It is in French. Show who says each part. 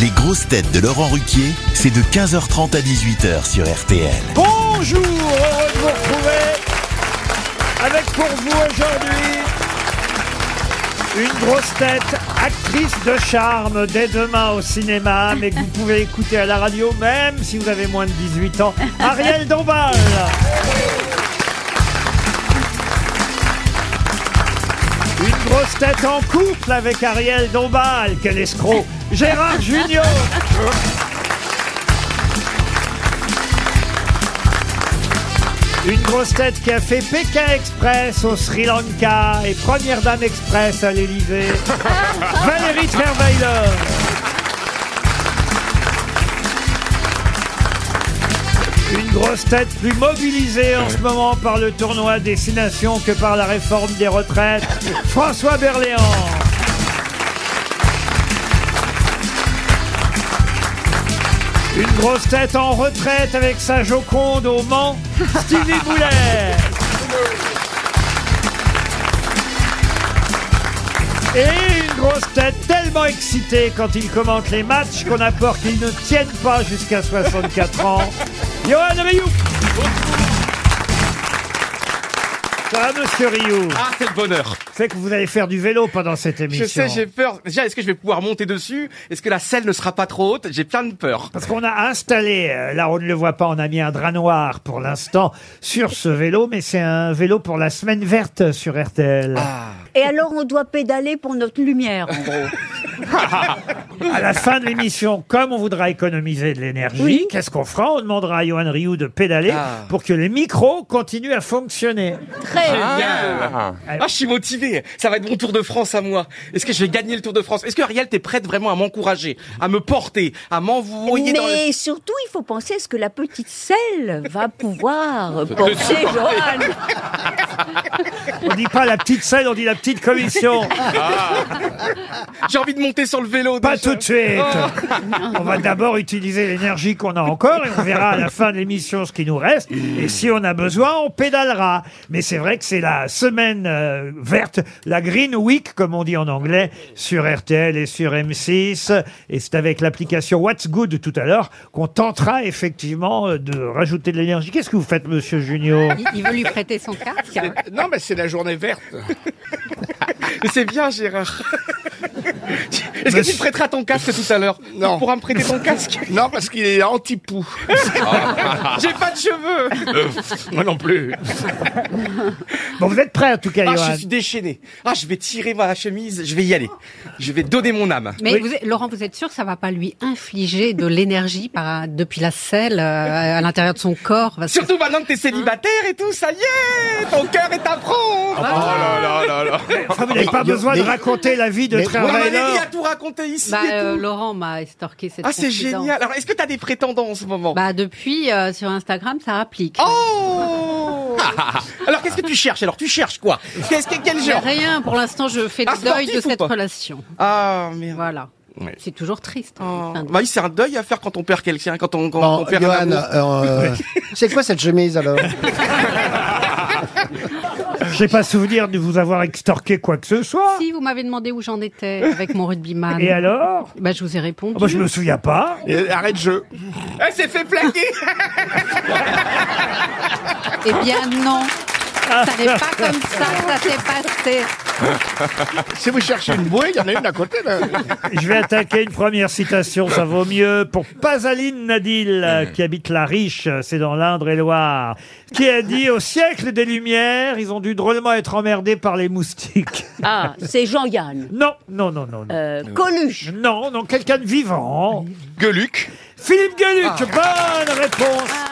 Speaker 1: Les grosses têtes de Laurent Ruquier, c'est de 15h30 à 18h sur RTL.
Speaker 2: Bonjour, heureux de vous retrouver avec pour vous aujourd'hui une grosse tête, actrice de charme dès demain au cinéma, mais que vous pouvez écouter à la radio même si vous avez moins de 18 ans, Ariel Dombal. Une grosse tête en couple avec Ariel Dombal, quel escroc, Gérard Junior. Une grosse tête qui a fait Pékin Express au Sri Lanka et Première Dame Express à l'Elysée. Valérie Trierweiler. Une grosse tête plus mobilisée en ce moment par le tournoi Destination que par la réforme des retraites. François Berléand. Une grosse tête en retraite avec sa Joconde au Mans, Stevie Boulet. Et une grosse tête tellement excitée quand il commente les matchs qu'on a peur qu'il ne tienne pas jusqu'à 64 ans. Johan Rioux. Ça va, monsieur Rioux
Speaker 3: Ah, c'est le bonheur.
Speaker 2: C'est que vous allez faire du vélo pendant cette
Speaker 3: Je
Speaker 2: émission.
Speaker 3: sais, j'ai peur. Déjà, est-ce que je vais pouvoir monter dessus Est-ce que la selle ne sera pas trop haute J'ai plein de peur.
Speaker 2: Parce qu'on a installé, euh, là on ne le voit pas, on a mis un drap noir pour l'instant sur ce vélo, mais c'est un vélo pour la semaine verte sur RTL.
Speaker 4: Et alors, on doit pédaler pour notre lumière,
Speaker 3: Ah.
Speaker 4: en gros.
Speaker 2: À la fin de l'émission, comme on voudra économiser de l'énergie,
Speaker 4: Oui.
Speaker 2: qu'est-ce qu'on fera On demandera à Johan Rioux de pédaler
Speaker 3: Ah.
Speaker 2: pour que les micros continuent à fonctionner.
Speaker 4: Très
Speaker 3: Ah. Bien. Ah, je suis motivé. Ça va être mon Tour de France à moi. Est-ce que je vais gagner le Tour de France Est-ce que Ariel, t'es prête vraiment à m'encourager, à me porter, à m'envoyer dans le...
Speaker 4: Mais surtout, il faut penser à ce que la petite selle va pouvoir porter, Johan.
Speaker 2: On dit pas la petite scène, on dit la petite commission.
Speaker 3: J'ai envie de monter sur le vélo.
Speaker 2: ah. Pas
Speaker 3: déjà.
Speaker 2: tout de suite. On va d'abord utiliser l'énergie qu'on a encore et on verra à la fin de l'émission ce qui nous reste. Et si on a besoin, on pédalera. Mais c'est vrai que c'est la semaine euh, verte, la Green Week, comme on dit en anglais, sur RTL et sur M6. Et c'est avec l'application What's Good tout à l'heure qu'on tentera effectivement euh, de rajouter de l'énergie. Qu'est-ce que vous faites, monsieur Junio
Speaker 5: Il- Il veut lui prêter son casque.
Speaker 6: Non, mais Ben, c'est la journée verte.
Speaker 3: Mais c'est bien, Gérard. Est-ce que tu me prêteras ton casque tout à l'heure
Speaker 6: Non.
Speaker 3: Tu pourras me prêter ton casque
Speaker 6: Non, parce qu'il est anti-poux.
Speaker 2: Ah.
Speaker 3: J'ai pas de cheveux
Speaker 6: Moi non plus.
Speaker 2: Bon, vous êtes prêts en tout cas,
Speaker 3: Ah,
Speaker 2: Bah, Johan
Speaker 3: je suis déchaîné. Ah, je vais tirer ma chemise, je vais y aller. Je vais donner mon âme.
Speaker 5: Mais vous êtes- Laurent, vous êtes sûr que ça va pas lui infliger de l'énergie par, depuis la selle euh, à l'intérieur de son corps parce que-
Speaker 3: Surtout maintenant que t'es célibataire et tout, ça y est, ton cœur est à prompt.
Speaker 6: Oh
Speaker 2: Enfin, Vous
Speaker 3: Ah,
Speaker 2: n'avez pas besoin de raconter la vie de
Speaker 3: On
Speaker 2: travailleur.
Speaker 3: a tout raconté ici.
Speaker 5: Bah,
Speaker 3: et
Speaker 5: euh,
Speaker 3: tout.
Speaker 5: Laurent m'a estorqué cette
Speaker 3: ah, c'est
Speaker 5: confidence.
Speaker 3: génial. Alors, est-ce que t'as des prétendants en ce moment
Speaker 5: Bah, depuis, euh, sur Instagram, ça applique.
Speaker 3: Oh Alors, qu'est-ce que tu cherches Alors, tu cherches quoi Qu'est-ce que quel
Speaker 5: Mais
Speaker 3: genre
Speaker 5: rien, pour l'instant, je fais
Speaker 3: Ah,
Speaker 5: le deuil de
Speaker 3: sportif ou
Speaker 5: cette
Speaker 3: pas
Speaker 5: relation.
Speaker 3: Ah, merde.
Speaker 5: Voilà.
Speaker 3: Ouais.
Speaker 5: C'est toujours triste. hein,
Speaker 3: Oh.
Speaker 5: fin de-
Speaker 3: Bah oui, c'est un deuil à faire quand on perd quelqu'un, quand on, quand on
Speaker 7: Bon,
Speaker 3: perd un
Speaker 7: Johan,
Speaker 3: amour.
Speaker 7: euh, c'est quoi cette chemise alors
Speaker 2: J'ai pas souvenir de vous avoir extorqué quoi que ce soit.
Speaker 5: Si vous m'avez demandé où j'en étais avec mon rugbyman,
Speaker 2: Et alors
Speaker 5: bah, je vous ai répondu.
Speaker 2: Ah bah, je me souviens pas.
Speaker 6: Et arrête jeu.
Speaker 3: Elle s'est fait plaquer
Speaker 5: Eh bien, non.
Speaker 3: Ah.
Speaker 5: Ça n'est pas comme ça que ça s'est passé.
Speaker 6: Si vous cherchez une bouée, il y en a une à côté. Là.
Speaker 2: Je vais attaquer une première citation, ça vaut mieux, pour Pasaline Nadil, euh, qui habite La Riche, euh, c'est dans l'Indre-et-Loire, qui a dit « Au siècle des Lumières, ils ont dû drôlement être emmerdés par les moustiques.
Speaker 4: Ah, c'est Jean-Yann. »
Speaker 2: Non, non, non, non, non.
Speaker 4: Euh, Coluche.
Speaker 2: Non, non, quelqu'un de vivant. Ah.
Speaker 3: Gueuluc
Speaker 2: Philippe Gueluc, bonne réponse